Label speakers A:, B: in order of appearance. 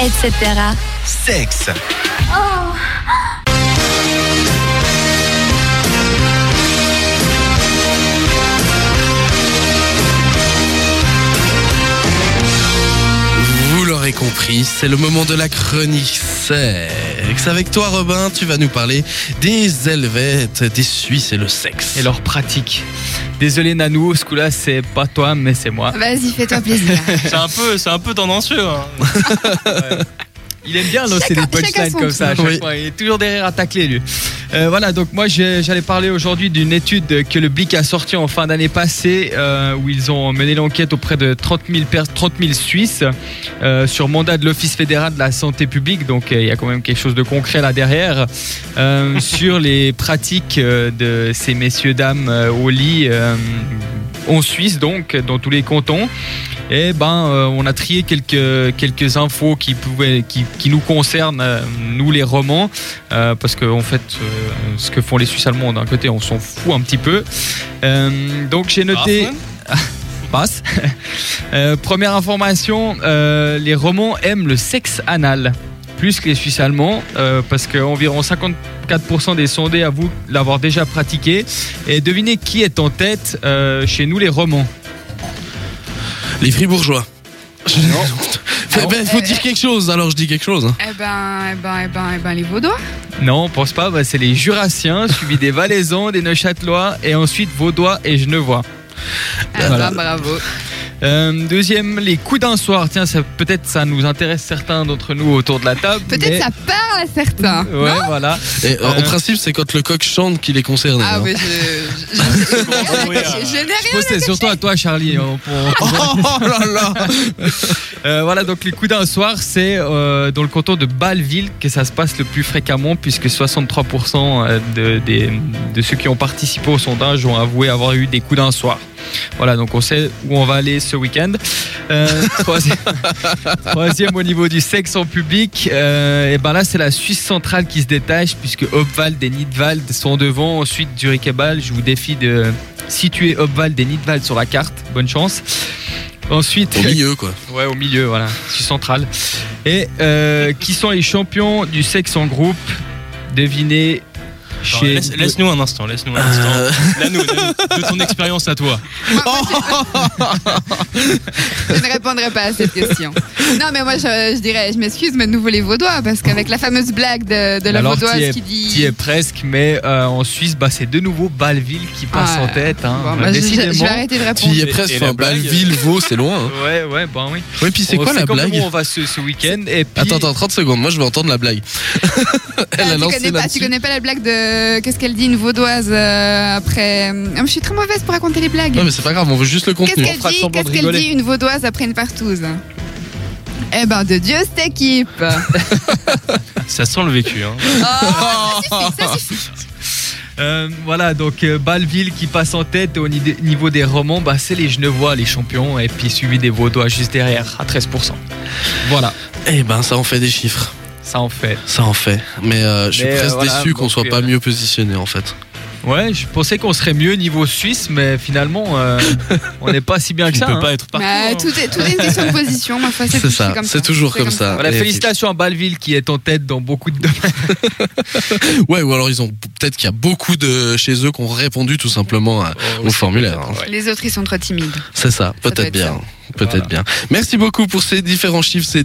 A: etc.
B: Sexe. Vous l'aurez compris, c'est le moment de la chronique sexe. Avec toi, Robin, tu vas nous parler des Helvètes, des Suisses et le sexe.
C: et leur pratique. Désolé Nanou, ce coup-là c'est pas toi mais c'est moi.
A: Vas-y, fais-toi plaisir.
D: C'est un peu, c'est un peu tendancieux. hein.
C: Il aime bien lancer
A: Chacun-
C: des
A: chacun
C: punchlines
A: son
C: comme ça à
A: tour.
C: chaque
B: Oui.
C: fois. Il est toujours derrière à tacler lui. Euh, voilà, donc moi j'ai- j'allais parler aujourd'hui d'une étude que le BIC a sortie en fin d'année passée euh, où ils ont mené l'enquête auprès de 30 000, pers- 30 000 Suisses euh, sur mandat de l'Office fédéral de la santé publique. Donc euh, il y a quand même quelque chose de concret là derrière euh, sur les pratiques euh, de ces messieurs dames euh, au lit euh, en Suisse donc dans tous les cantons. Et ben, euh, on a trié quelques quelques infos qui pouvaient qui, qui nous concernent euh, nous les romans euh, parce que en fait euh, ce que font les Suisses allemands d'un côté on s'en fout un petit peu. Euh, donc j'ai noté
D: Raphaël
C: passe. Euh, première information, euh, les Romans aiment le sexe anal plus que les Suisses allemands euh, parce qu'environ 54% des sondés avouent l'avoir déjà pratiqué. Et devinez qui est en tête euh, chez nous les Romans.
B: Les fribourgeois. Non.
C: Ah bon
B: ben, faut dire quelque chose, alors je dis quelque chose. hein.
E: Eh ben, eh ben, eh ben, eh ben, les Vaudois.
C: Non, on pense pas, bah, c'est les Jurassiens, suivis des Valaisans, des Neuchâtelois et ensuite Vaudois et Genevois.
E: Eh
C: Voilà.
E: ben, bravo.
C: Euh, deuxième, les coups d'un soir. Tiens, ça- peut-être ça nous intéresse certains d'entre nous autour de la table.
E: Peut-être
C: mais-
E: ça parle à certains.
C: Ouais, voilà.
B: Et, euh, En
C: Euh.
B: principe, c'est quand le coq chante qu'il est concerné.
E: Ah,
B: hein.
E: mais je. Je, je- je-
C: Ah.
E: je-
D: hein.
E: je n'ai
C: Je
E: rien.
C: pense que c'est surtout à toi, Charlie. hein, pour-
B: Oh là là
C: Euh, voilà, donc les coups d'un soir, c'est euh, dans le canton de Bâle-Ville que ça se passe le plus fréquemment, puisque 63% euh, de, des- de ceux qui ont participé au sondage ont avoué avoir eu des coups d'un soir. Voilà, donc on sait où on va aller ce week-end. Euh, troisième, troisième au niveau du sexe en public, euh, et ben là c'est la Suisse centrale qui se détache, puisque Obwald et Nidwald sont devant, ensuite Zurich et Bâle. Je vous défie de situer Obwald et Nidwald sur la carte, bonne chance. Ensuite,
B: Au milieu, quoi.
C: Ouais, au milieu, voilà, suis central. Et euh, qui sont les champions du sexe en groupe Devinez
D: Attends,
C: chez.
D: laisse- Laisse-nous un instant, laisse-nous un instant.
B: Euh,
D: Nanou, Nanou, de ton expérience à toi.
E: Je ne répondrai pas à cette question. Non, mais moi, je, je dirais, je m'excuse, mais de nouveau les Vaudois, parce qu'avec la fameuse blague de, de la
C: Alors, t'y es-
E: Vaudoise qui
C: Qui
E: dit.
C: est presque, mais euh, en Suisse, bah, c'est de nouveau Bâle-Ville qui passe
E: Ah,
C: en tête. Hein.
E: Bon, bah, je, je- je vais arrêter de
B: tu y
E: répondre.
B: es
D: Et-
B: presque,
D: et la
B: enfin,
D: blague
B: Bâle-Ville, Vaud, c'est loin. hein.
C: Ouais, ouais, ben oui.
B: Ouais, puis c'est
C: On
B: quoi
C: sait
B: la
C: quand même
B: blague
C: où on va ce, ce week-end et puis-
B: Attends, attends, 30 secondes, moi je vais entendre la blague.
E: Ah,
B: Elle a
E: tu,
B: lancé
E: connais pas,
B: la
E: tu connais pas la blague de. Qu'est-ce qu'elle dit, une Vaudoise, euh, après. Ah, mais je suis très mauvaise pour raconter les blagues.
B: Non, mais c'est pas grave, on veut juste le
E: Qu'est-ce
B: contenu.
E: qu'elle
C: fera
E: dit
C: semblant de
E: Qu'est-ce qu'elle
C: rigoler.
E: dit une vaudoise après une partouze Eh ben de Dieu cette équipe
D: Ça sent le vécu. Hein.
E: Oh, ça suffit, ça suffit.
C: Euh, voilà, donc euh, Bâle-Ville qui passe en tête au ni- niveau des romans, bah, c'est les Genevois, les champions, et puis suivi des Vaudois juste derrière, à 13%. Voilà,
B: Eh ben, ça en fait des chiffres.
C: ça en fait.
B: Ça en fait. Mais euh, je suis
C: Mais, euh,
B: presque
C: voilà,
B: déçu qu'on
C: donc,
B: soit
C: euh,
B: pas mieux positionné en fait.
C: Ouais, je pensais qu'on serait mieux niveau suisse, mais finalement, euh, on n'est pas si bien que
D: Tu ne
C: ça.
D: peux
C: hein.
D: pas être partout.
E: Bah,
D: hein.
E: tout, est, tout est une question de position, ma foi, c'est
B: C'est
E: c'est
B: ça,
E: comme ça.
B: c'est toujours comme ça.
C: Voilà,
B: Et-
C: félicitations à Balville qui est en tête dans beaucoup de domaines.
B: Ouais, ou alors ils ont peut-être qu'il y a beaucoup de chez eux qui ont répondu tout simplement à-
C: Oh,
B: au formulaire. hein.
E: Les autres, ils sont trop timides.
B: C'est ça,
E: doit
B: peut-être
E: être
B: bien.
E: ça.
B: Peut-être bien.
C: Voilà.
B: Merci beaucoup pour ces différents chiffres. ces